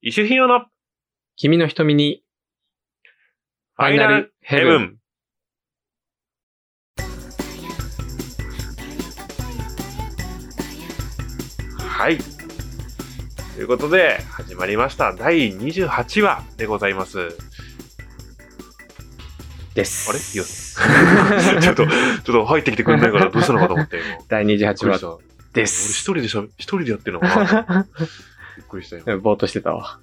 イシュヒヨのフ君の瞳に、ファイナルヘブ。ン。はい。ということで、始まりました。第28話でござい ます。です。あれよちょっ と、ちょっと入ってきてくれないからどうしたのかと思って。今第びっく28りし話た。で俺一す。人でしゃべ、一人でやってるのかなびっくりしたよ。 ぼーっとして たわ。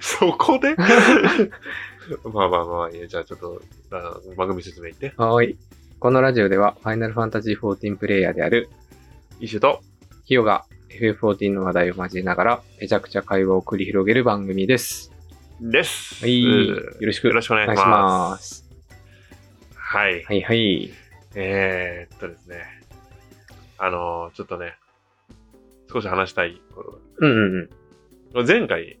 そこでまあまあまあ、いや、じゃあちょっと、あの番組説明いって。はーい。このラジオでは、ファイナルファンタジー14プレイヤーである、イシュと、ヒヨが FF14 の話題を交えながら、めちゃくちゃ会話を繰り広げる番組です。です。はい。うんよろしくよろしくおお願い願いししま。ますす。はい。はいはい。えー、っとですね。あのーちょっとね、少し話したいことがうんうんうん。前回、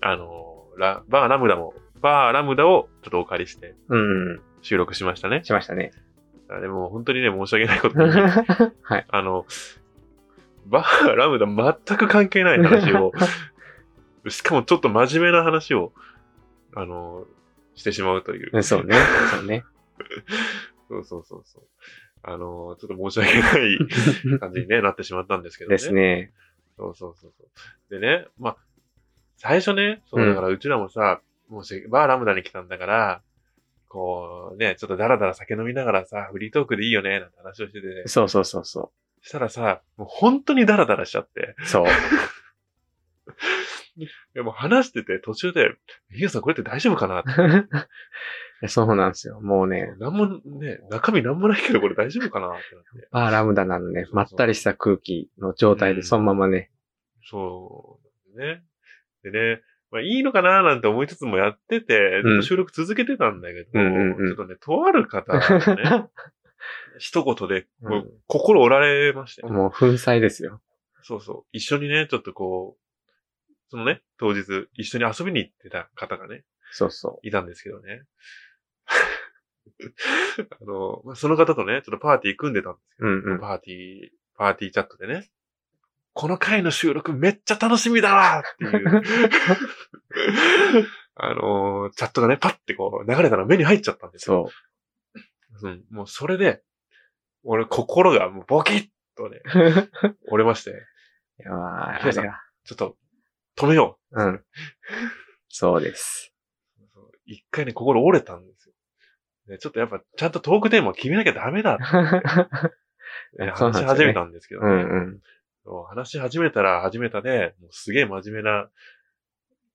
あのーラ、バーラムダも、バーラムダをちょっとお借りしてうんうん。収録しましたね。しました ね。あでも本当にね、申し訳ないことに、 はい。あの、バーラムダ全く関係ない話 を、しかもちょっと真面目な話を、あの、してしまうというう。んそうね。そうね。そうそうそうそう。あの、ちょっと申し訳ない 感じに、ね、なってしまったんですけどね。ですね。そうそうそうそう。でね、まあ、最初ね、そうう、んだからうちらもさ、もうし、バーラムダに来たんだから、こうね、ちょっとダラダラ酒飲みながらさ、フリートークでいいよね、なんて話をしてて、ね、そうそうそうそしたらさ、もう本当にダラダラしちゃって。う。そう。でも話してて途中で、ヒうさんこれって大丈夫かなって。 そうなんですよ。もうね、なんもね、中身なんもないけどこれ大丈夫かなってなって。バーラムダなのねそう、そうまったりした空気の状態うでんそのままね、そう。ね。でね、まあいいのかななんて思いつつもやってて、ずっと収録続けてたんだけど、うんうんうんちょっとね、とある方がね、 一言で、もう心折られましたよ、もう粉砕ですよ。そうそう。一緒にね、ちょっとこう、そのね、当日一緒に遊びに行ってた方がね、そうそいたんですけどね。 あの、まあ、その方とね、ちょっとパーティー組んでたんですけう。ど、うんう ん。パーティー、パーティーチャットでね、この回の収録めっちゃ楽しみだわって いう、あのーチャットがね、パッてこう流れたの目に入っちゃったんですよ。 そうう。ん、もうそれで、俺心がもうボキッとね、いやー折れまして、あヒロれさんはちょっと止めようん。そう です。う。そう一回ね、心折れたんですよ。ねちょっとやっぱちゃんとトークテーマを決めなきゃダメだね そ話うなんですよねし始めたんですけど、うねんうん。そう話し始めたら始めたで、もうすげえ真面目な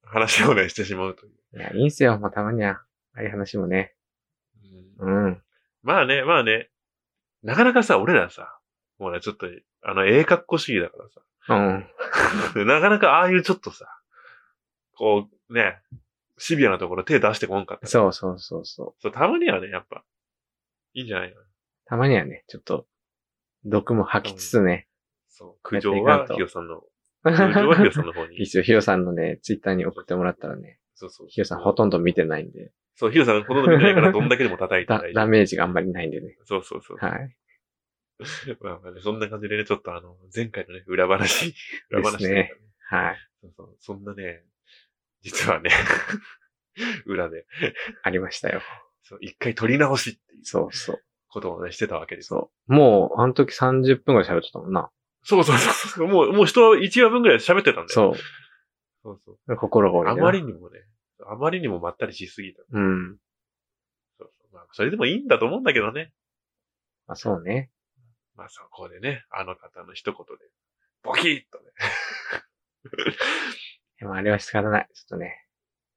話をね、してしまうという。いや、いいんすよ。まあ、たまには。ああいう話もね。うんうん。まあね、まあね、なかなかさ、俺らさ、もうね、ちょっと、あの、ええかっこしいだからうん。さ、 なかなかああいうちょっとさ、こう、ね、シビアなところ手出してこんかった。そうそうそうそう。そう、たまにはね、やっぱ、いいんじゃないのたまにはね、ちょっと、毒も吐きつつね。そう、苦情はヒヨさんの、苦情はヒヨさんの方に。 一応、ヒヨさんのね、ツイッターに送ってもらったらね、そうそう。ヒヨさんほとんど見てないんで、そう、ヒヨさんほとんど見てないからどんだけでも叩いてだ大丈ダ夫。メージがあんまりないんでね。そうそうそう。はい。まあまあね、そんな感じでね、ちょっとあの、前回のね、裏話、裏話というかですはい。そうそう。そんなね、実はね、 裏で、ありましたよ。そう、一回撮り直しっていうそうそう。ことをね、してたわけです。そう。もう、あの時30分ぐらい喋っとったもんな。そうそうそうそう。もう、もう人は1話分ぐらい喋ってたんだよ。う。そ。そうそう心う。折れあるまりにもね、あまりにもまったりしすぎた。うん。そうそう。まあ、それでもいいんだと思うんだけどね。あ、そうね。まあ、そこでね、あの方の一言で、ボキッとね。でもあれは仕方ない。ちょっとね。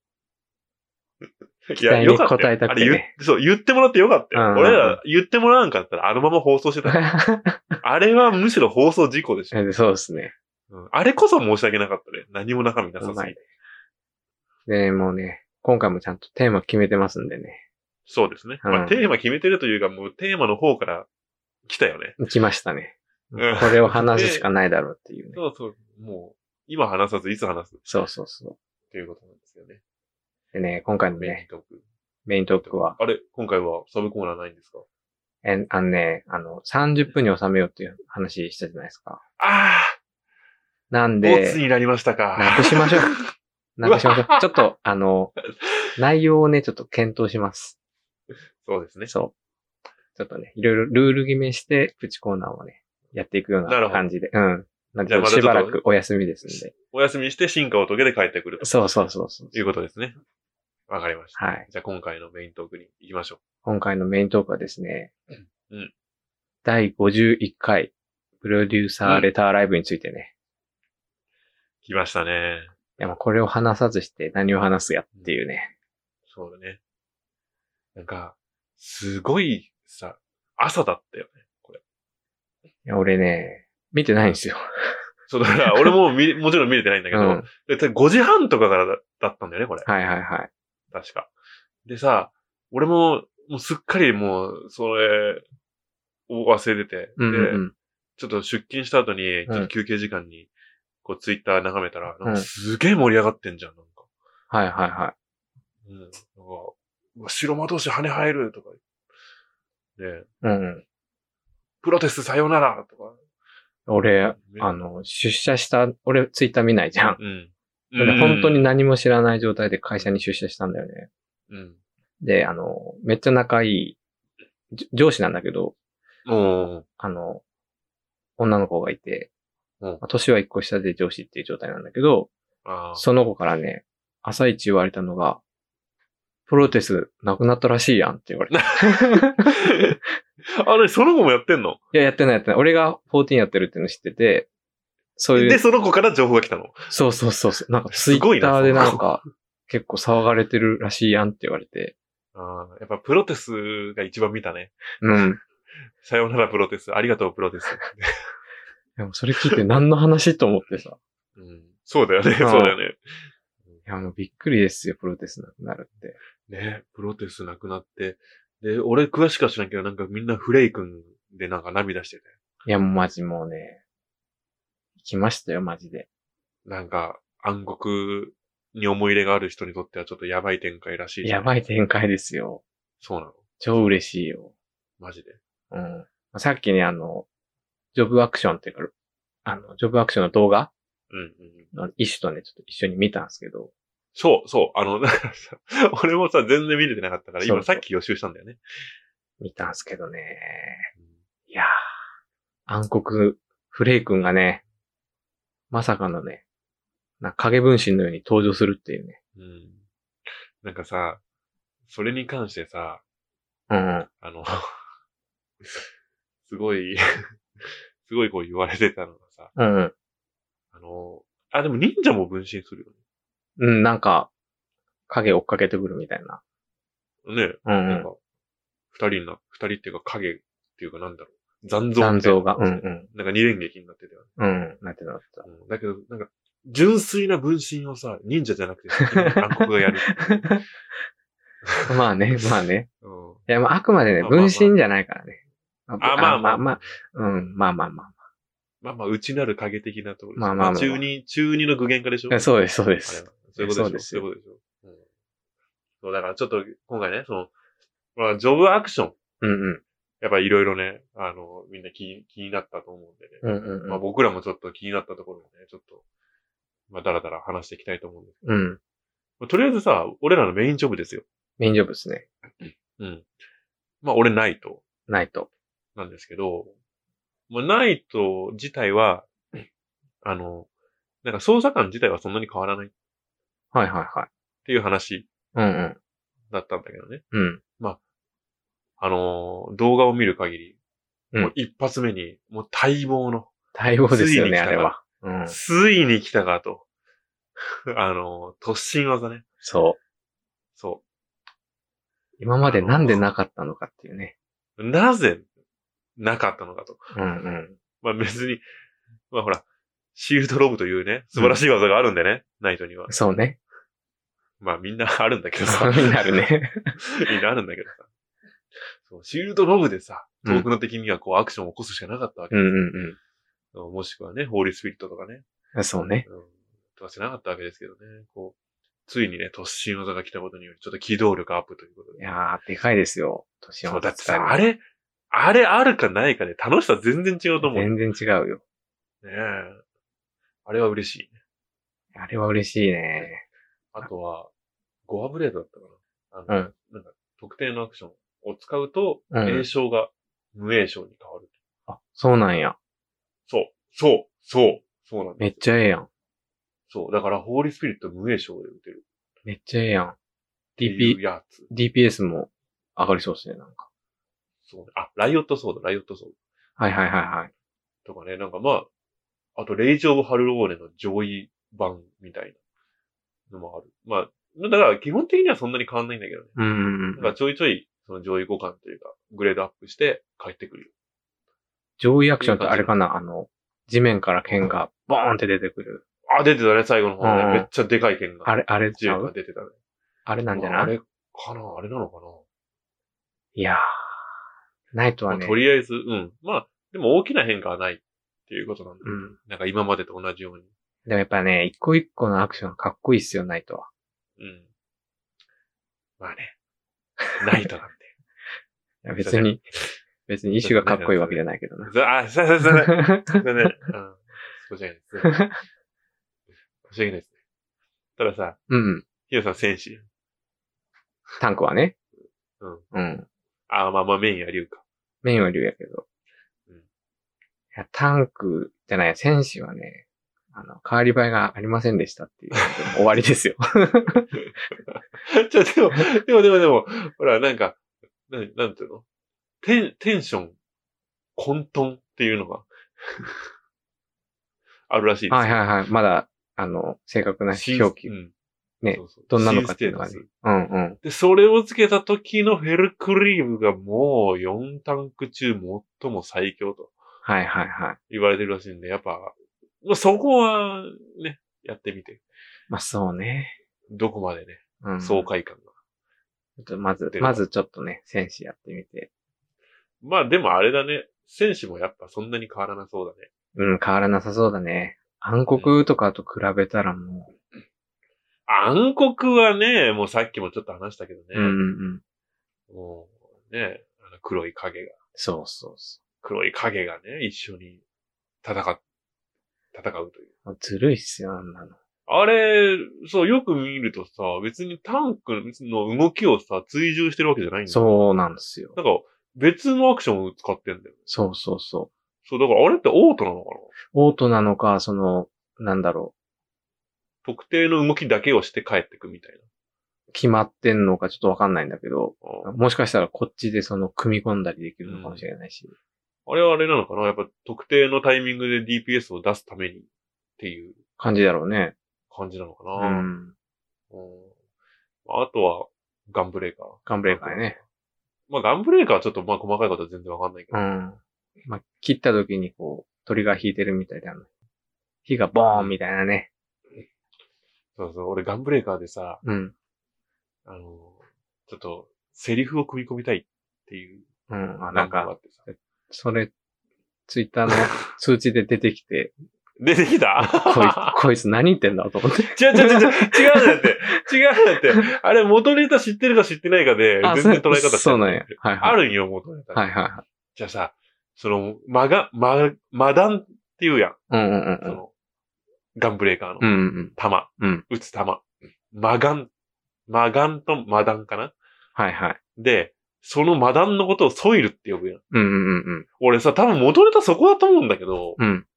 期待にかったよ応えたくてあれね言っそう、言ってもらってよかったうんよ。うんうん俺ら言ってもらわんかったら、あのまま放送してた よ。あれはむしろ放送事故でしょ。そうですね。うんあれこそ申し訳なかったね。何も中身なさうすまぎいて。。で、もうね、今回もちゃんとテーマ決めてますんでね。そうですね。うんまあ、テーマ決めてるというか、もうテーマの方から来たよね。来ましたね。うんこれを話すしかないだろうっていう ね。そうそう。もう、今話さず、いつ話すそうそうそということなんですよね。う。でね、今回のメインね、トーク。メイントークは、あれ、今回はサブコーナーないんですかえ、あのね、あの、30分に収めようっていう話したじゃないですか。ああなんボツで、になりましたなか。くし ましょう。なくしましょう。ちょっと、あの、内容をね、ちょっと検討します。そうですね。そう。ちょっとね、いろいろルール決めして、プチコーナーをね、やっていくようなるなほど感じで。うん。なんじゃあまで、たちょしっとばらくお休みですんで。お休みして進化を遂げて帰ってくるそうそうそうそう。ということですね。わかりました。はい。じゃあ今回のメイントークに行きましょ今回のメイントークはですね、うん第51回、プロデューサーレターライブについてね、う。来ましたね。いやまあこれを話さずして何を話すやっていうね。そうだね。なんか、すごいさ、朝だったよね。これ。いや俺ね、見てないんですよ。そうだ から、俺も見、もちろん見れてないんだけうど、ん。はいで5時半とかからだだったんだよね、これ。はいはい。確か。でさ、俺も、もうすっかりもう、それを忘れてて、うんうんうで、ん。ちょっと出勤した後に、ちょっと休憩時間に、こう、ツイッター眺めたら、なんうんかすげえ盛り上がってんじゃん、なんか。はいはいはい。うん。なんか、うわ白魔同士羽生えるとか。で、うんうん。プロテスさよならとか。俺、ねあの、出社した、俺ツイッター見ないじゃん。うん。だから本当に何も知らない状態で会社に出社したんだよね。うん。で、あの、めっちゃ仲いいじょ上司なんだけど、うん。おあの、女の子がいて、うんまあ年は一個下で上司っていう状態なんだけど、ーあーその子からね、朝一言われたのが、プロテスなくなったらしいやんって言 われた。あれ、その子もやってんのいや、やってないやってない。俺が14やってるっていうの知ってて、そういで、う、その子から情報が来たの。そうそうそうそう、なんかツイすごッいなターでなんそのか、結構騒がれてるらしいやんって言われて、ああ、やっぱプロテスが一番見たね。うん。さようならプロテス。ありがとうプロテス。 でもそれ聞いて何の話と思ってさ。うん、そうだよね、うんそうだよね。いや、もうびっくりですよ、プロテスなくなるって。ね、プロテスなくなって。で、俺詳しくは知らんけど、なんかみんなフレイ君でなんか涙してて。いや、もうマジもうね、来ましたよ、マジで。なんか暗黒に思い入れがある人にとってはちょっとやばい展開らしい。やい。ばい展開ですよ。そうなの。超嬉しいよ。マジで。うん。さっきね、あの、ジョブアクションっていうか、あの、ジョブアクションの動画うんうんうん。の一種とね、ちょっと一緒に見たんですけど、そう、そう。あの、 だからさ、俺もさ、全然見れてなかったから、そ今うそさうっき予習したんだよね。見たんですけどね。いやー、暗黒フレイ君がね、まさかのね、な影分身のように登場するっていうね。うん。なんかさ、それに関してさ、うんうん。あの、 すごい、 すごいこう言われてたのがさ、うんうん。あの、あ、でも忍者も分身するうん、なんか、影追っかけてくるみたいな。よね。ね、うんうなんん。か、二人にな、二人っていうか影っていうかなんだろう。残像みたいな残像が。うんうん。なんか二連撃になってたよね。うん。なってなってた。うんだけど、なんか、純粋な分身をさ、忍者じゃなくて、暗黒がやるっていう。 まあね、まあね。うんいや、まあ、あくまでね、まあまあま分あ身じゃないからね。ああ、まあまあまあ、うん、まあまあまあまあまあ、内なる影的なところですまあまあまあまあ中二、中二の具現化でしいや。ょそうです、そうであれすは。そういうことでしょそそうですよういうことでしょ、うん、そう、だからちょっと今回ね、その、まあ、ジョブアクション、うんうん。やっぱいろいろね、あの、みんな気に気になったと思うんでね。うんうんまあ僕らもちょっと気になったところをね、ちょっと、まあだらだら話していきたいと思うんですけど。うん。うん。まあ、とりあえずさ、俺らのメインジョブですよ。メインジョブですね。うん。まあ俺ナイトないと。なんですけど、まあナイト自体は、あの、なんか捜査官自体はそんなに変わらないっはいはいはい。ていう話うんだったんだけどね。うん。うん。あのー動画を見る限り、うんもう一発目に、もう待望の、対応ですよついにね、来たあなれは。うん。ついに来たかと。 あのー突進技ね。そう。そ今までなんでなかったのかっていうね。う。なぜ、なかったのかと。うんまあ別に、まあほら、シールドロブというね、素晴らしい技があるんでね、ナイトにはうん。。そうね。まあみんなあるんだけどそ さう。になる。ね。 みんなあるんだけどさ。そうシールドロブでさ、遠くの敵にはこうアクションを起こすしかなかったわけうでんすよ。うんもしくはね、ホーリースピリットとかね。うん。そうね。うんとかしなかったわけですけどね。こう、ついにね、突進技が来たことにより、ちょっと機動力アップということいで。やー、でかいですよ。年そをう、だって伝えるさ、あれ、あれあるかないかで楽しさ全然違うと思う。ね全然違うよ。え。あれは嬉しい。あれは嬉しいね。あとは、ゴアブレードだったかうな。あの、ん。なんか、特定のアクションを使うと、うん炎症が無炎症に変わる。あ、そうなんや。そう、そう、そう、そうなんめでっちゃええやん。す。そう、だから、ホーリースピリット無炎症で打てる。めっちゃええやん。ってい DP う、やつ。 DPS も上がりそうですね、なんか。そう、あ、ライオットソード、ライオットソーはいはいはいはい。ド。とかね、なんかまあ、あと、レイジオブ・ハルローネの上位版みたいなのもある。まあ、だから、基本的にはそんなに変わんないんだけどね。うんうんうなんん。かちょいちょい、その上位互換というか、グレードアップして帰ってくるよ。上位アクションってあれかなあの、地面から剣がボーンって出てくる。あ、出てたね、最後の方ね。うんめっちゃでかい剣が。あれ、あれちゃ銃がう出てたね。あれなんじゃあないれかなあれなのかいやー。ナイトな、はまねあ、と。りあえず、うん。まあ、でも大きな変化はないっていうことなんだ。うん。なんか今までと同じように。でもやっぱね、一個一個のアクションかっこいいっすよ、ナイトは。うん。ま あね。ナイトなんいや別 に、別に意志がかっこいいわけじゃないけどな。で。あ、すいません、すいません。すいません。うん。申し訳ないです。申し訳ないですね。たださ、うん。ヒロさん戦士。タンクはね。うん。うん。あ、まあまあメインは竜か。 メインは竜やけど。うんいや、タンクじゃない、戦士はね、あの、変わり映えがありませんでしたっていう。終わりで すよ。ちょ、でも、でもでもでも、ほら、なんか、なん、なんていうのテン、テンション、混沌っていうのが、あるらしいですよ。はいはいはい。まだ、あの、正確な新表記う。ん。ねそうそうどんなのかっていうのがね新ステータス。うんうん。で、それをつけた時のフェルクリームがもう4タンク中最も最強とはいはいはい。言われてるらしいんで、やっぱ、まあ、そこは、ね、やってみて。まあそうね。どこまでね、うん。爽快感が。ちょっとまず出、るわまずちょっとね、戦士やってみて。まあでもあれだね、戦士もやっぱそんなに変わらなそうだね。うん、変わらなさそうだね。暗黒とかと比べたらも暗黒はね、もうさっきもちょっと話したけどね、う、うんうんうん。もうね、あの黒い影が、そうそうそ黒い影がね、一緒に戦っ、戦うという。う。もうずるいっすよ、あんなの。あれ、そう、よく見るとさ、別にタンクの動きをさ、追従してるわけじゃないんだよ。そうなんですよ。なんか、別のアクションを使ってんだよ。そうそうそそう、だからあれってオートなのかなう。オートなのか、その、なんだろ、特定の動きだけをして帰ってくみたいう決まってんのかちょっとわかんないんだけど、な。もしかしたらこっちでその、組み込んだりできるのかもしれないし。あれはあれなのかなやっぱ特定のタイミングで DPS を出すためにっていう感じだろうね。感じなのかうな、ん。うんあとは、ガンブレーカー。ガンブレーカーね。まあ、ガンブレーカーはちょっと、まあ、細かいことは全然わかんないけど。うん。まあ、切った時にこう、鳥が引いてるみたいな。火がボーンみたいなね。そうそう、俺ガンブレーカーでさ、うん。あの、ちょっと、セリフを組み込みたいっていううん。あ、欄なんがあか、ってさ。それ、ツイ ッターの通知で出てきて、出てきた こいつ、こいつ何言ってんだと思って。違う違う違う違う、違うんだって。違うんだって。あれ、元ネタ知ってるか知ってないかで、あ全然捉え方違そうそうなんや。はいあはい。るんよ、元ネタ。はいはじゃあさ、その、まが、ま、魔弾っていうやん。いはい。うんうんうんその、ガンブレーカーの。うん。うんうん。弾。うん打つ弾。魔眼。魔眼と魔弾かなはいはい。で、その魔弾のことをソイルって呼ぶやん。うんうんうん俺さ、多分元ネタそこだと思うんだけど、うん。うん。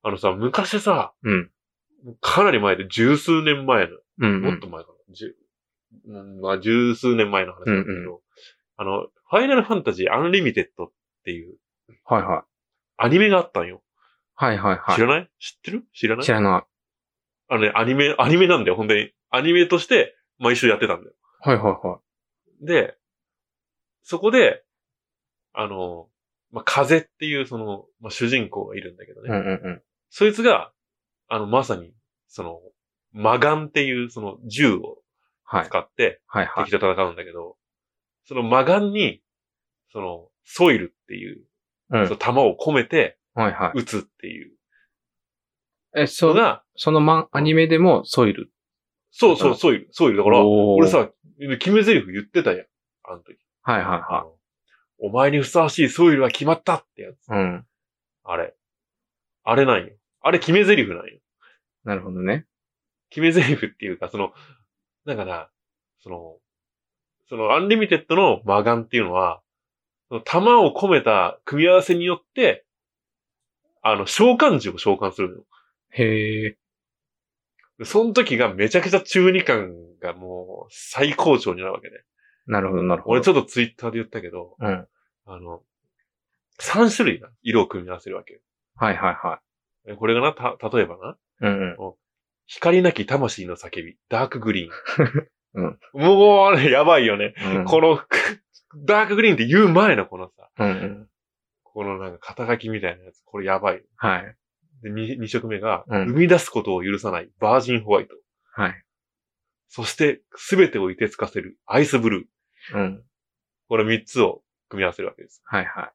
あのさ、昔さ、うん。かなり前で、十数年前うんうの、もっん。と前かな。十、うんまあ、十数年前の話なんだけど、うんあの、ファイナルファンタジーアンリミテッドっていうはいはい。アニメがあったんよ。はいはいはい。知らない知ってる知らない知らなあのね、アニメ、アニメなんだよ、本当に。アニメとして、毎週やってたんだよ。い。はいはいはい。で、そこで、あの、まあ、風っていうその、まあ、主人公がいるんだけどね。うんうんそいつが、あの、まさに、その、魔眼っていうその銃をはい。使ってはいはい。敵と戦うんだけど、その魔眼に、その、ソイルっていう、うん。その弾を込めてはいは撃つっていうい。え、のそ、が、そのマン、アニメでもソイル。そうそう、ソイル、ソイル。だから、俺俺、さ、決め台詞言ってたやん。あの時。はいはいあはのお前にふさわしいソイルは決まったってやつ。い。うん。あれ。あれなんよ。あれ決め台詞なんよ。なるほどね。決め台詞っていうか、その、だから、その、そのアンリミテッドの魔眼っていうのは、その弾を込めた組み合わせによって、あの、召喚獣を召喚するのよへえ。で。その時がめちゃくちゃ中二感がもう最高潮になるわけね。なるほど、なるほど。俺ちょっとツイッターで言ったけど、うん。あの、3種類な色を組み合わせるわけよはいはいはえこれがな、た、例えばな、い。うんうん。光なき魂の叫び、ダークグリーン。 うもう、あれ、やばいよね。うんこの、 ダークグリーンって言う前のこのさ、うんうん。このなんか肩書きみたいなやつ、これやばい。はい。で、2, 色目が、うん生み出すことを許さないバージンホワイト。はい。そして、すべてを凍てつかせるアイスブルー。うん。この3つを組み合わせるわけです。はいは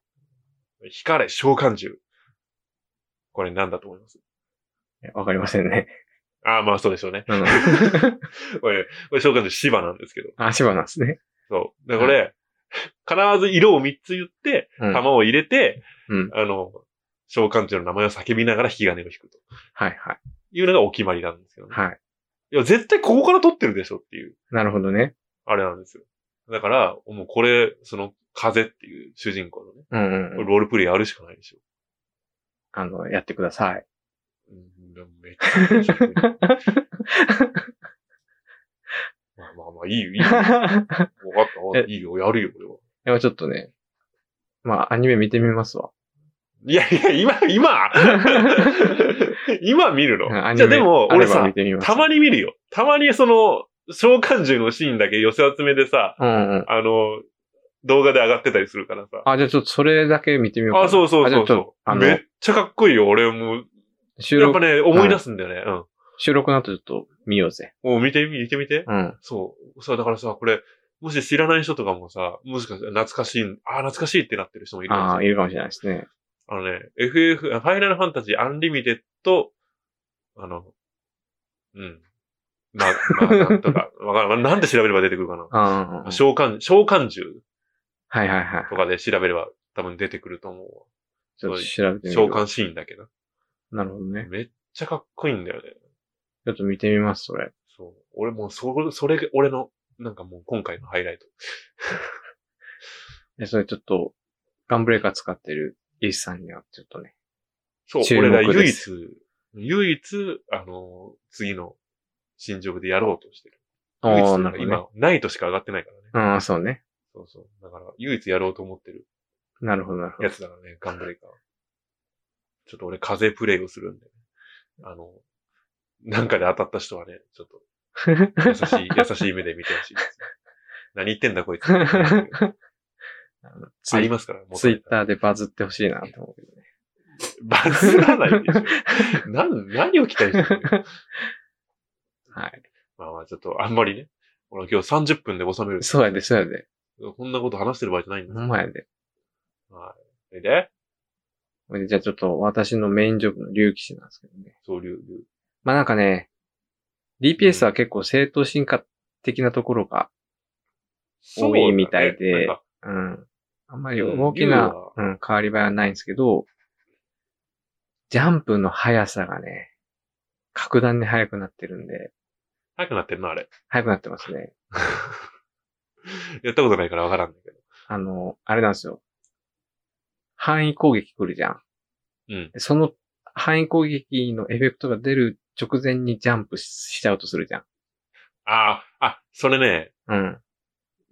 光れ、召喚獣。これなんだと思いますい。わかりませんね。ああ、まあそうでしょうね。 うん。これ、これ召喚獣シバなんですけど。あ、芝なんですね。そう。で、これ、必ず色を3つ言って、うん。はい玉を入れて、うんあの、召喚獣の名前を叫びながら引き金を引くとはい。いうのがお決まりなんですけどね。はい。いや、絶対ここから取ってるでしょっていう、なるほどね。あれなんですよ。だから、もうこれ、その、風っていう主人公のね、うんこうれん。ロールプレイやるしかないでしょ。あの、やってくださ い。うん、でもめっちゃ面 白いまあまあまあ、いいよ、いいよ。わかった、 えいいよ、やるよ、これは。いや、ちょっとね。まあ、アニメ見てみま すわ。いやいや、今、今 今見るのうんア。ニじゃメあでも、俺あればさ見、てみます。たまに見るよ。たまにその、召喚獣のシーンだけ寄せ集めでさ、うんうん。あの、動画で上がってたりするからさ。あ、じゃあちょっとそれだけ見てみようかな。あ、そうそうあじゃそあうちょっとそあう。のめっちゃかっこいいよ。俺もう、収やっぱ録、ね、思い出すんだよね。うん。収録の後ちょっと見ようぜ。もう見てみ、見てみて。うん。そう。そう、だからさ、これ、もし知らない人とかもさ、もしかしたら懐かしい、ああ、懐かしいってなってる人もいるあんあ、ですいよ。るかもしれないですね。あのね、FF、ファイナルファンタジーアンリミテッド、あの、うん。まあ、まあ、なんとか、 わからん。なんで調べれば出てくるかな。ああ。召喚、召喚獣はいはいはい。とかで調べれば多分出てくると思うわ。ちょっと調べてみ召よう。喚シーンだけど。なるほどね。めっちゃかっこいいんだよね。ちょっと見てみます、それ。そう。俺もう、それ、それが俺の、なんかもう今回のハイライト。え、それちょっと、ガンブレーカー使ってるイースさんには、ちょっとね。そう、注目俺が唯で一、唯一、あの、次の新宿でやろうとしてる。唯一あだあ、なからるほどね。今、ナイトしか上がってないからね。うん、そうね。そうそう。だから、唯一やろうと思ってるなるほど、なるほやど。つだから ね、ガンブレイカーは。ちょっと俺、風プレイをするんで、あの、なんかで当たった人はね、ちょっと、優し い、優しい目で見てほしいです。何言ってんだこいつ。あツりイますから、もツイッターでバズってほしいなと思うけどね。バズらないでしょ。なん、何を期待してるのはい。まあまあ、ちょっと、あんまりね。俺今日30分で収める。 そうやで、そうやで。こんなこと話してる場合じゃないんですほんまやで。はい。で、ほいでじゃあちょっと、私のメインジョブの竜騎士なんですけどね。そういう、まあなんかね、DPS は結構正当進化的なところが、そう多いみたいでだねなんかうん。あんまりうん大き竜なは、うん、変わり映えはないんですけど、ジャンプの速さがね、格段に速くなってるんで、早くなってるな、あれ。速くなってますね。やったことないからわからんだけど。あの、あれなんですよ。範囲攻撃来るじゃん。うん。その範囲攻撃のエフェクトが出る直前にジャンプししちゃうとするじゃん。ああ、あ、それね、うん。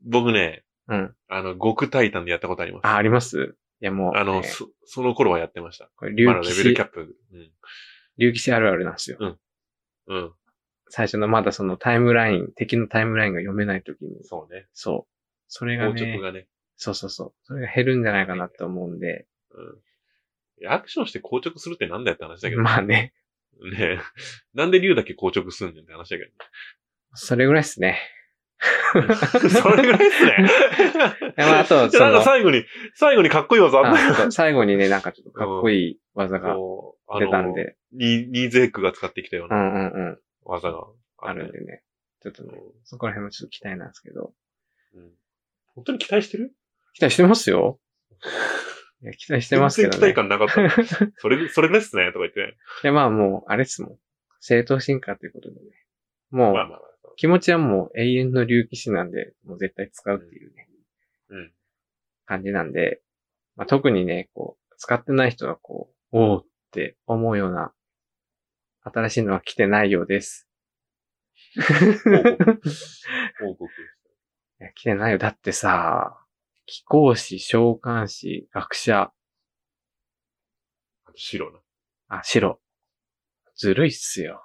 僕ね、うん。あの、極タイタンでやったことあります。あ、ありますいやもう、あの、ねそ、その頃はやってました。これ竜まだ騎レベルキャ士ッ、プ。うん。竜騎士あるあるなんですよ。うん。最初のまだそのタイムライン、敵のタイムラインが読めないときに、そうね。そう。それが硬ね直、がね。そうそうそう。それが減るんじゃないかなと思うんで。うんいや。アクションして硬直するってなんだよって話だけど。まあね。ね なんで竜だけ硬直すんねんって話だけそれぐらいですね。ど。 そ れぐらいっすね。やまああとじゃ なんそのか最後に、最後にかっこいい技あんあなよそう 最後にね、なんかちょっとかっこいい技がこうあ出たんの、で。ニニーゼークが使ってきたよううなんうんうん。技があってるんでね。ちょっとね、うそこら辺もちょっと期待なんですけど。ん本当に期待してる期待してま すよ。いや期待してますけど全然ね 期。待感なかった。それ、それですね、とか言ってね。いやまあもう、あれっすもん。正当進化ということでね。もう、まあまあまあ。気持ちはもう永遠の竜騎士なんで、もう絶対使うっていうね、うん。感じなんで、まあ、特にね、こう、使ってない人はこう、おおって思うような、新しいのは来てないようです。報 告。報告。いや、来てないよ。だってさ、気候士、召喚士、学者、あと白な。あ、白。ずるいっすよ。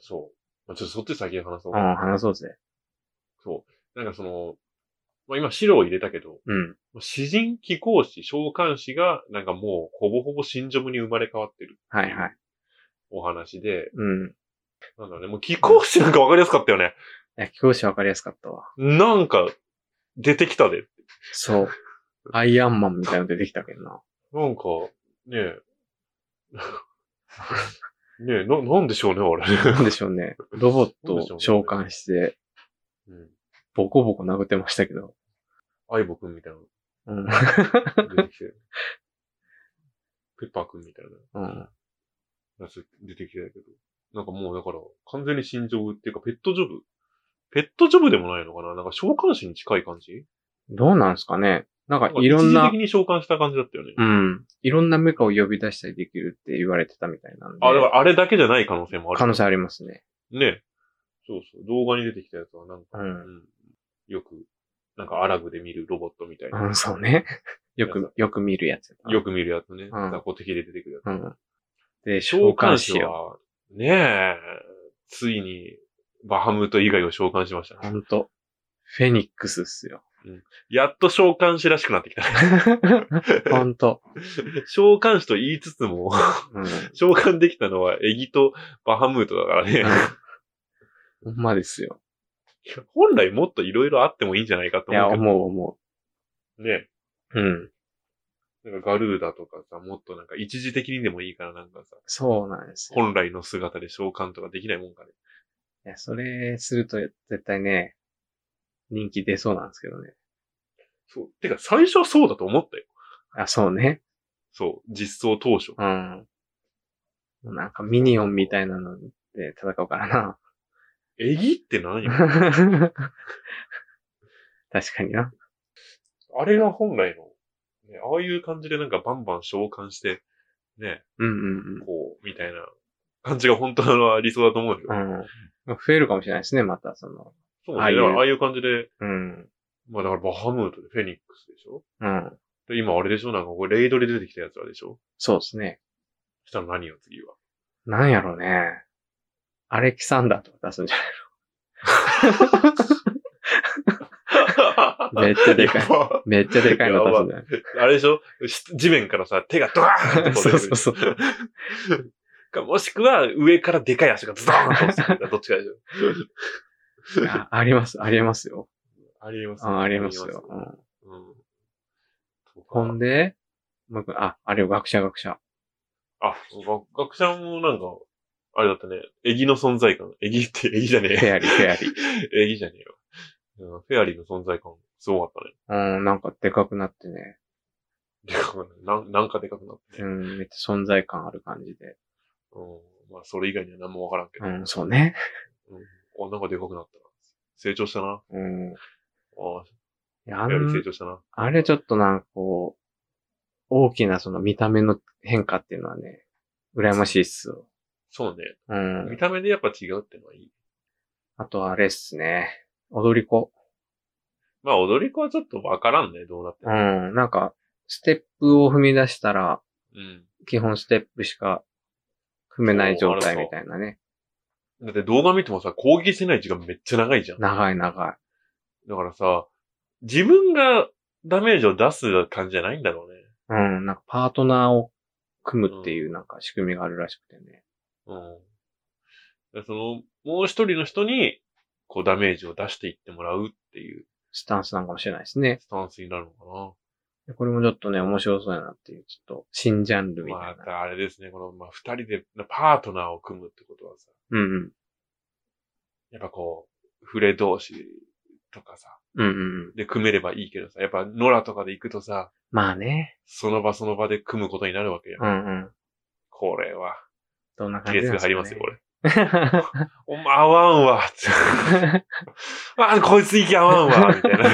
そう。まあ、ちょっとそっち先に話そうう。ん、話そうぜ。そう。なんかその、まあ今白を入れたけど、うん。詩人気候士、召喚士が、なんかもう、ほぼほぼ新ジョブに生まれ変わってるはいはい。お話で、うん。いなんだろうね、もう気候士なんかわかりやすかったよね。や、気候士わかりやすかったわ。なんか、出てきたで。そう。アイアンマンみたいなの出てきたけどな。なんか、ねえ。 ねえ、な、なんでしょうね、あれね。なんでしょうね。ロボットを召喚して、うん。ボコボコ殴ってましたけど。相棒くんみたいなうん。の出てきて。ペッパーくんみたいうん。なやつ出てきてたけど。なんかもうだから、完全に新ジョブっていうか、ペットジョブ。ペットジョブでもないのかななんか召喚士に近い感じどうなんすかねなんかいろん一な時的、に召喚した感じだったよね。うん。いろんなメカを呼び出したりできるって言われてたみたいなんで。あ、だからあれだけじゃない可能性もある。可能性ありますね。ね。そうそう。動画に出てきたやつはなんか、う。うんん、よく、なんかアラブで見るロボットみたいな。うん、そうね。よく、よく見るやつ。よく見るやつね。うん雑魚敵で出てくるやつ。うん。で、召召喚喚し師よは、ねえ、ついに、バハムート以外を召喚しましたう。ね。ほんと。フェニックスっすよ。 やっと召喚師らしくなってきた。 ほんと。召喚師と言いつつも、 うん。召喚できたのはエギとバハムートだからね。ほんまで すよ。本来もっといろいろあってもいいんじゃないかといや、思うけ思う思ど。ねえう。うん。なんかガルーダとかさ、もっとなんか一時的にでもいいからなんかさ、そうなんですよ。本来の姿で召喚とかできないもんかね。いや、それすると絶対ね、人気出そうなんですけどね。そう。てか最初はそうだと思ったよ。あ、そうね。そう。実装当初。うん。もうなんかミニオンみたいなので戦うからな。えぎって何よ。 確かにな。あれが本来の、ね、ああいう感じでなんかバンバン召喚して、ね、うんうんこう、みたいな感じが本当の理想だと思うよ。うん。うん。増えるかもしれないですね、また、その。そうね。ああいうだからああいう感じで、うん。まあだからバハムートでフェニックスでしょうん。で、今あれでしょなんかこれレイドで出てきたやつらでしょそうですね。そしたら何よ次は。なんやろうね。アレキサンダーとか出すんじゃ ないめっちゃでかいや。ば めっちゃでかいの出すんじゃないあれでしょし地面からさ、手がドワーンってこそうそうそう出てくるかもしくは、上からでかい足がズドーンと落ちてくるかどっちかでしょ。ああります、ありえます よ。ありえます、うんありえますよ。うんうん。そうかほんで、もう一個あ、あれよ、学者学者。あ、学学者もなんか、あれだったね。エギの存在感。エギって、エギじゃねフえ。ェアリー、フェアリー。エギじゃねえよ。うんフェアリーの存在感、すごかっうん、なんかでかくなってね。たね。でかくななんなんかでかくなってうね。ん、めっちゃ存在感ある感じで。うん。まあ、それ以外には何もわからんけど。うん、そうね。お、なんかでかくなったな。成長したな。うん。いああ、やフェあアリーん成長したな。あれちょっとなんかこう、大きなその見た目の変化っていうのはね、羨ましいっすよ。そうね。う見ん。た目でやっぱ違うってのはいい。あとあれっすね。踊り子。まあ、踊り子はちょっとわからんね、どうなってうも。ん、なんか、ステップを踏み出したら、うん。基本ステップしか踏めない状態みたいなね。だって動画見てもさ、攻撃せない時間めっちゃ長いじゃん。だか長い長い。らさ、自分がダメージを出す感じじゃないんだろうね。うん、なんかパートナーを組むっていうなんか仕組みがあるらしくてね。うん。でその、もう一人の人に、こうダメージを出していってもらうっていうスタンスなんかもしれないですね。スタンスになるのかでこれもちょっとね、面白そうやなっていう、ちょっと新ジャンルな。みたいまあな。、あれですね、この、まあ、二人でパートナーを組むってことはさ、うんうん。やっぱこう、触れ同士とかさ、うんうんうん。で組めればいいけどさ、やっぱ野良とかで行くとさ、まあね。その場その場で組むことになるわけや。うんうん。これは、どんな感ケじースなんがですか入ねりますよ、これ。お前合わんわ。 つってあ、こいつ息合わん わ。みたいな。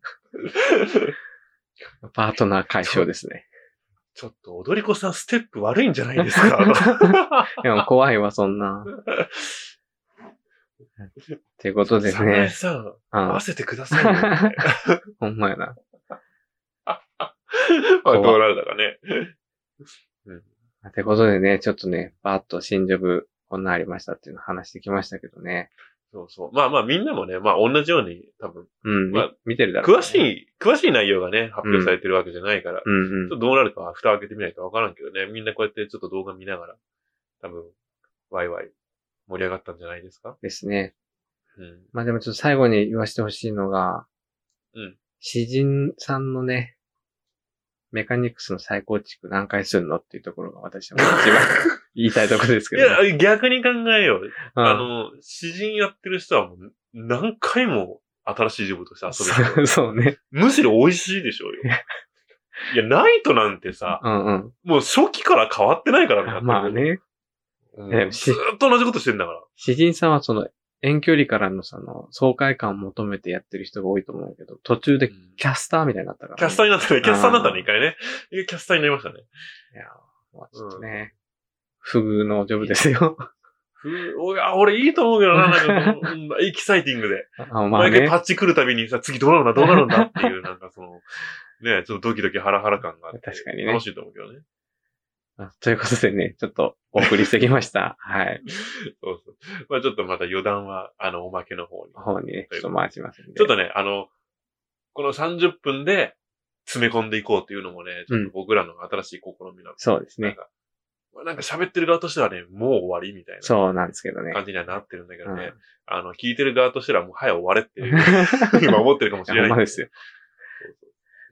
パートナー解消ですね。ちょっと踊り子さんステップ悪いんじゃないです か でも怖いわ、そんな。っていうことです早苗ね。さん、合あわせてくださいよみたいな。ほんまやな。 まあ、どうなるだかね。ってことでね、ちょっとね、バーッと新ジョブ、こんなんありましたっていうの話してきましたけどね。そうそう。まあまあ、みんなもね、まあ同じように、多分、うん、みまあ見てるだろう、詳し。い、詳しい内容がね、発表されてるわけじゃないから、うちんうんょっと。どうなるかは蓋を開けてみないとわからんけどね、みんなこうやってちょっと動画見ながら、多分、ワイワイ盛り上がったんじゃないですかですね。 うん。まあでもちょっと最後に言わせてほしいのが、うん。詩人さんのね、メカニクスの再構築何回するのっていうところが私は一番言いたいところですけいど、ね。や、逆に考えよう。うんあの、詩人やってる人はもう何回も新しいジョブとして遊べるそよ。う そうね。むしろ美味しいでしょ うよ。いや、ナイトなんてさ、うんうん。もう初期から変わってないからあね。まあね。うん。でもしずーっと同じことしてんだから。詩人さんはその遠距離からのその爽快感を求めてやってる人が多いと思うけど、途中でうんキャスターみたいになったから、ね。キャスターになったね。キャスターになったあね、ー一回ね。いやキャスターになりましたね。いや、まあちょっとね、不遇のジョブで すよ。ふうおいあ俺いいと思うけど な、なんか、うんエキサイティングで。あまあ毎回ねパ。ッチ来るたびにさ、次どうなるんだ、どうなるんだって いう、なんかその、ね、ちょっとドキドキハラハラ感があって。確かにね楽しいと思うけどね。あということでね、ちょっとお送りしてき ました。はい。そうそう。まあちょっとまた余談は、あの、おまけの方に。方にね、ちょっと回しますんで。ちょっとね、あの、この30分で詰め込んでいこうっていうのもね、ちょっと僕らの新しい試みなんでそうですなんね。か、まあなんか喋ってる側としてはね、もう終わりみたいな。そうなんですけどね。感じにはなってるんだけどね。うんあの、聞いてる側としてはもう早終われって いう、今思ってるかもしれほんなまい。ですよ。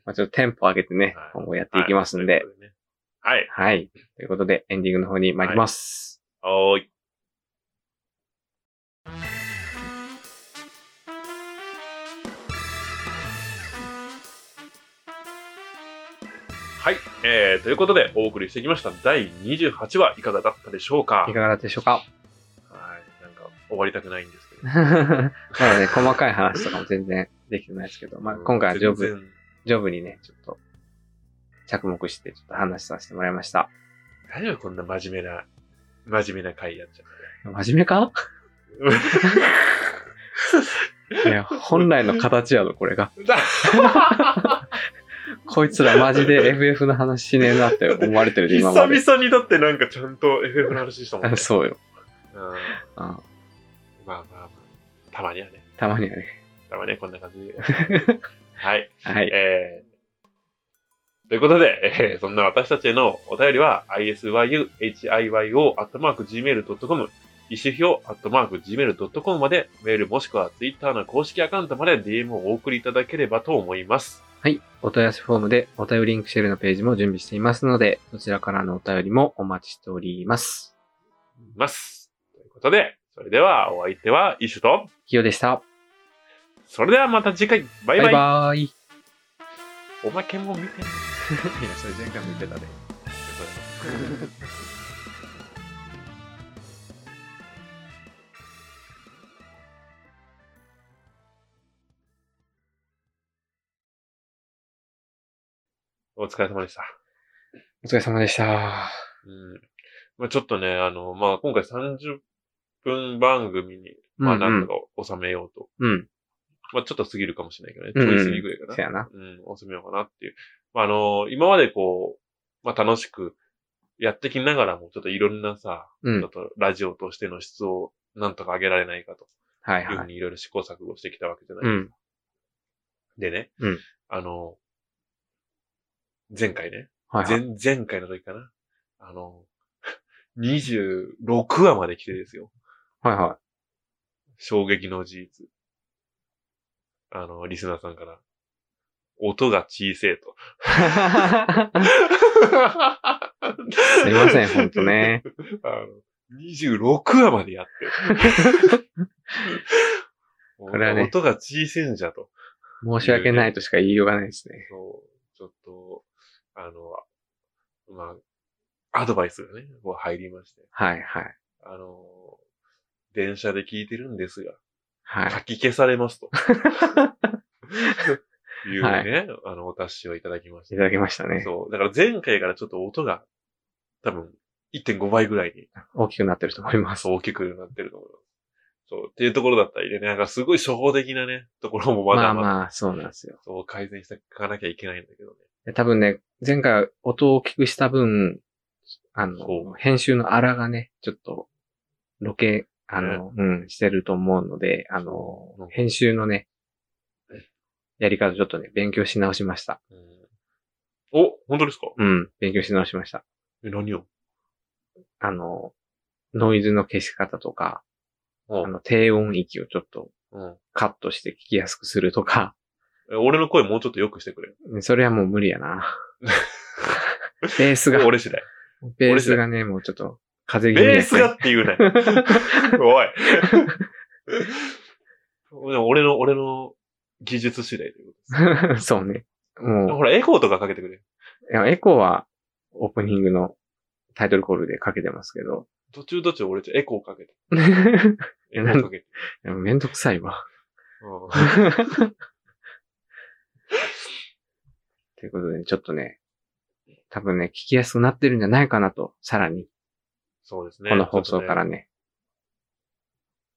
まあ、ちょっとテンポ上げてね、はい今後やっていきますんで。。はい。はい。ということで、エンディングの方に参ります。おーい。はい。えー、ということで、お送りしてきました第28話、いかがだったでしょうかい、かがだったでしょうかはい。なんか、終わりたくないんですけど。まだね、細かい話とかも全然できてないですけど、まあ、今回はジョ全ブ、然ジョブにね、ちょっと、着目して、ちょっと話させてもらいました。大丈夫こんな真面目な、真面目な回やっちゃって。真面 目かいや、本来の形やの、これが。こいつらマジで FF の話しねえなって思われて るで、久 今まで。々にだってなんかちゃんと FF の話したもんね。 そうよ。うんまうんあまあまあ。たまにはね。たまにはね。たまにはこんな感じで。 はい。はい。えー、ということで、えーそんな私たちへのお便りは isyuhiyo.gmail.com 意思表 .gmail.com までメールもしくは Twitter の公式アカウントまで DM をお送りいただければと思います。はい。お問い合わせフォームでお便りリンクシェルのページも準備していますので、そちらからのお便りもお待ちしております。ます。ということで、それではお相手はイシュと、ひよでした。それではまた次回、バイバイ。バイバーイ。いおまけも見てね。や、それ前回も言ってたで。 お疲れ様でした。お疲れ様でした。うん。まあちょっとね、あの、まあ今回30分番組に、まあうんなうんんとか収めようと。うん。まあちょっと過ぎるかもしれないけどね。うんちょうんい過ぎぐらいかなせ。やな。うん、収めようかなっていう。まあ、あの、今までこう、まあ、楽しくやってきながらも、ちょっといろんなさ、うちょんっ。とラジオとしての質をなんとか上げられないかとはいいうふはうい。にいろいろ試行錯誤してきたわけじゃない。うん。でね、うんあの、前回ね、はいはい。前、前回の時かな、あの、26話まで来てですよ。はいは衝撃の事実。あの、リスナーさんから、音が小せえ と。い。 すいません、ほんと ね。あの、26話までやってる。 これはね音が小せんじゃと。申し訳ないとしか言いようがないですね。そう、ちょっと、あの、まあ、アドバイスがね、こう入りまして。はいはい。あのー電車で聞いてるんですが、はい。 書き消されますと。いうね、はあの、お達しをいただきました。いただきましたね。そう。だから前回からちょっと音が、多分、1.5倍ぐらいに大きくなってると思います。そう大きくなってると思います。そう。っていうところだったりでね、なんかすごい初歩的なね、ところもままだあまだ、まあ、そうなんですよ。そう改善していかなきゃいけないんだけどね。で多分ね、前回音を大きくした分、あその、編集の荒がね、ちょっと、ロケ、あの、うん、してると思うので、あのそう、編集のね、やり方ちょっとね、勉強し直しました。うん、お、本当ですかうん、勉強し直しました。え、何をあの、ノイズの消し方とか、うあん。の、低音域をちょっとうんカットして聞きやすくするとか、え俺の声もうちょっと良くしてくれ。それはもう無理やな。 ベースが、俺次第。ベースがね、もうちょっと、風邪気味ベーやったスりがって言うね。 おい。 でも俺の、俺の技術次第ということで そうね。す。もほら、エコーとかかけてくれ。う、いやエコーはオープニングのタイトルコールでかけてますけど、 途中途中俺ちょエコーかけて。えエコーかけて。いやめんどくさいわ。うんということで、ちょっとね、多分ね、聞きやすくなってるんじゃないかなと、さらに、そうですね。この放送からね。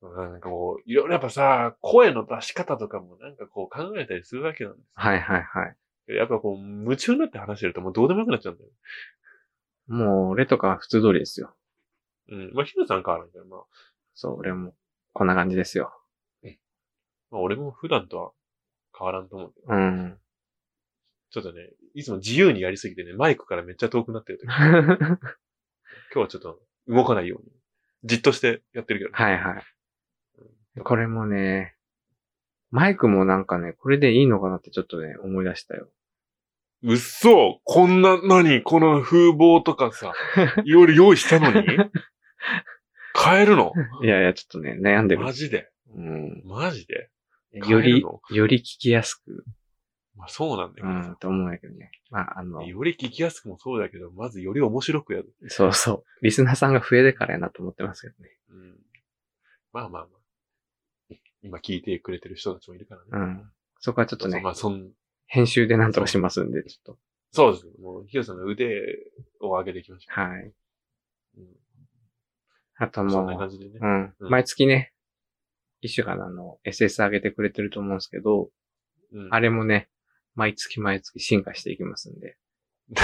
うんなんかこう、いろいろやっぱさ、声の出し方とかもなんかこう考えたりするわけなんですはいはいはい。よ。やっぱこう、夢中になって話してるともうどうでもよくなっちゃうんだよ。もう、俺とかは普通通りですよ。うん。まあ、ヒルさん変わらんけど、まあ、そう、俺も、こんな感じですよ。まあ、俺も普段とは変わらんと思うけど。うん。 ちょっとね、いつも自由にやりすぎてね、マイクからめっちゃ遠くなってる時。今は日はちょっと動かないように。じっとしてやってるけど、ね。いはい。これもね、マイクもなんかね、これでいいのかなってちょっとね、思い出したよ。うっそこんな、なにこの風貌とかさ、いろいろ用意したのに 変えるのいやいや、ちょっとね、悩んでるマ。ジでうん。マジで変えるのより、より聞きやすく、まあそうなんだけうどさん、と思うんだけどね。まあ、あの、より聞きやすくもそうだけど、まずより面白くやる。そうそう。リスナーさんが増えてからやなと思ってますけどね。うん。まあまあまあ。今聞いてくれてる人たちもいるからね。うん。そこはちょっとそうそうねま、あそん、編集でなんとかしますんで、ちょっと。そうですね。もう、ヒロさんの腕を上げていきましょはい。う。うんあとそんもなう、感じでね。うん。うん毎月ね、一週間あの、SS 上げてくれてると思うんですけど、うんあれもね、毎月毎月進化していきますんで。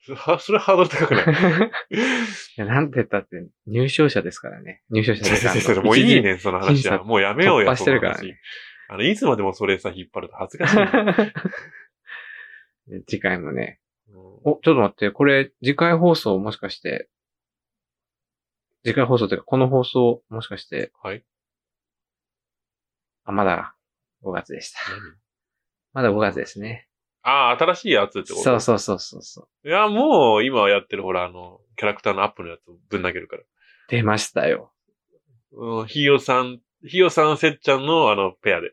それはそれハードル高くない いや、なんて言ったって、入賞者ですからね。入賞者 ですから先生もういいね、その話審は。査もうやめよう突や、破してるからねその話あの、いつまでもそれさ、引っ張ると恥ずかしいな。 で 次回もね。うんお、ちょっと待って、これ、次回放送もしかして、次回放送というか、この放送もしかして、はい。あ、まだ5月でした。何まだ5月ですね。ああ、新しいやつってことそうそうそうそうそう。いや、もう、今やってる、ほら、あの、キャラクターのアップのやつぶん投げるから。出ましたよ。うん、ひよさん、ひよさん、せっちゃんの、あの、ペアで。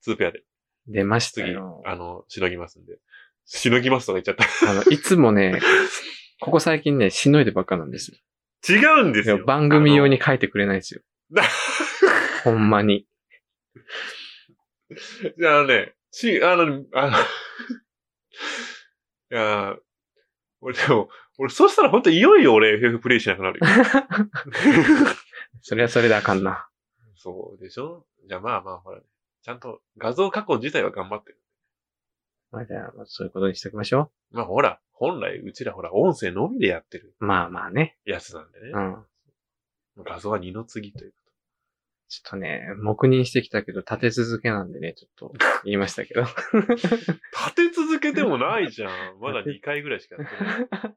ツーペアで。出ました次、よ。あの、しのぎますんで。しのぎますとか言っちゃった。あの、いつもね、 ここ最近ね、しのいでばっかなんですよ。 違うんですいよ。や番組用に書いてくれないんですよ。 ほんまに。あの。いやあのね、ち、あの、あの、 いやー俺でも、俺、そうしたら本当いよいよ俺 FF プレイしなく なるよ。それはそれであかんな。そうでしょじゃあまあまあ、ほら、ちゃんと画像加工自体は頑張ってる。まあじゃあ、そういうことにしておきましょまあほら、本来、うちらほら、音声のみでやってるう。まあまあね。やつなんでねう。ん。画像は二の次という。ちょっとね、黙認してきたけど、立て続けなんでね、ちょっと言いましたけど。立て続けてもないじゃん。まだ2回ぐらいしかやってない。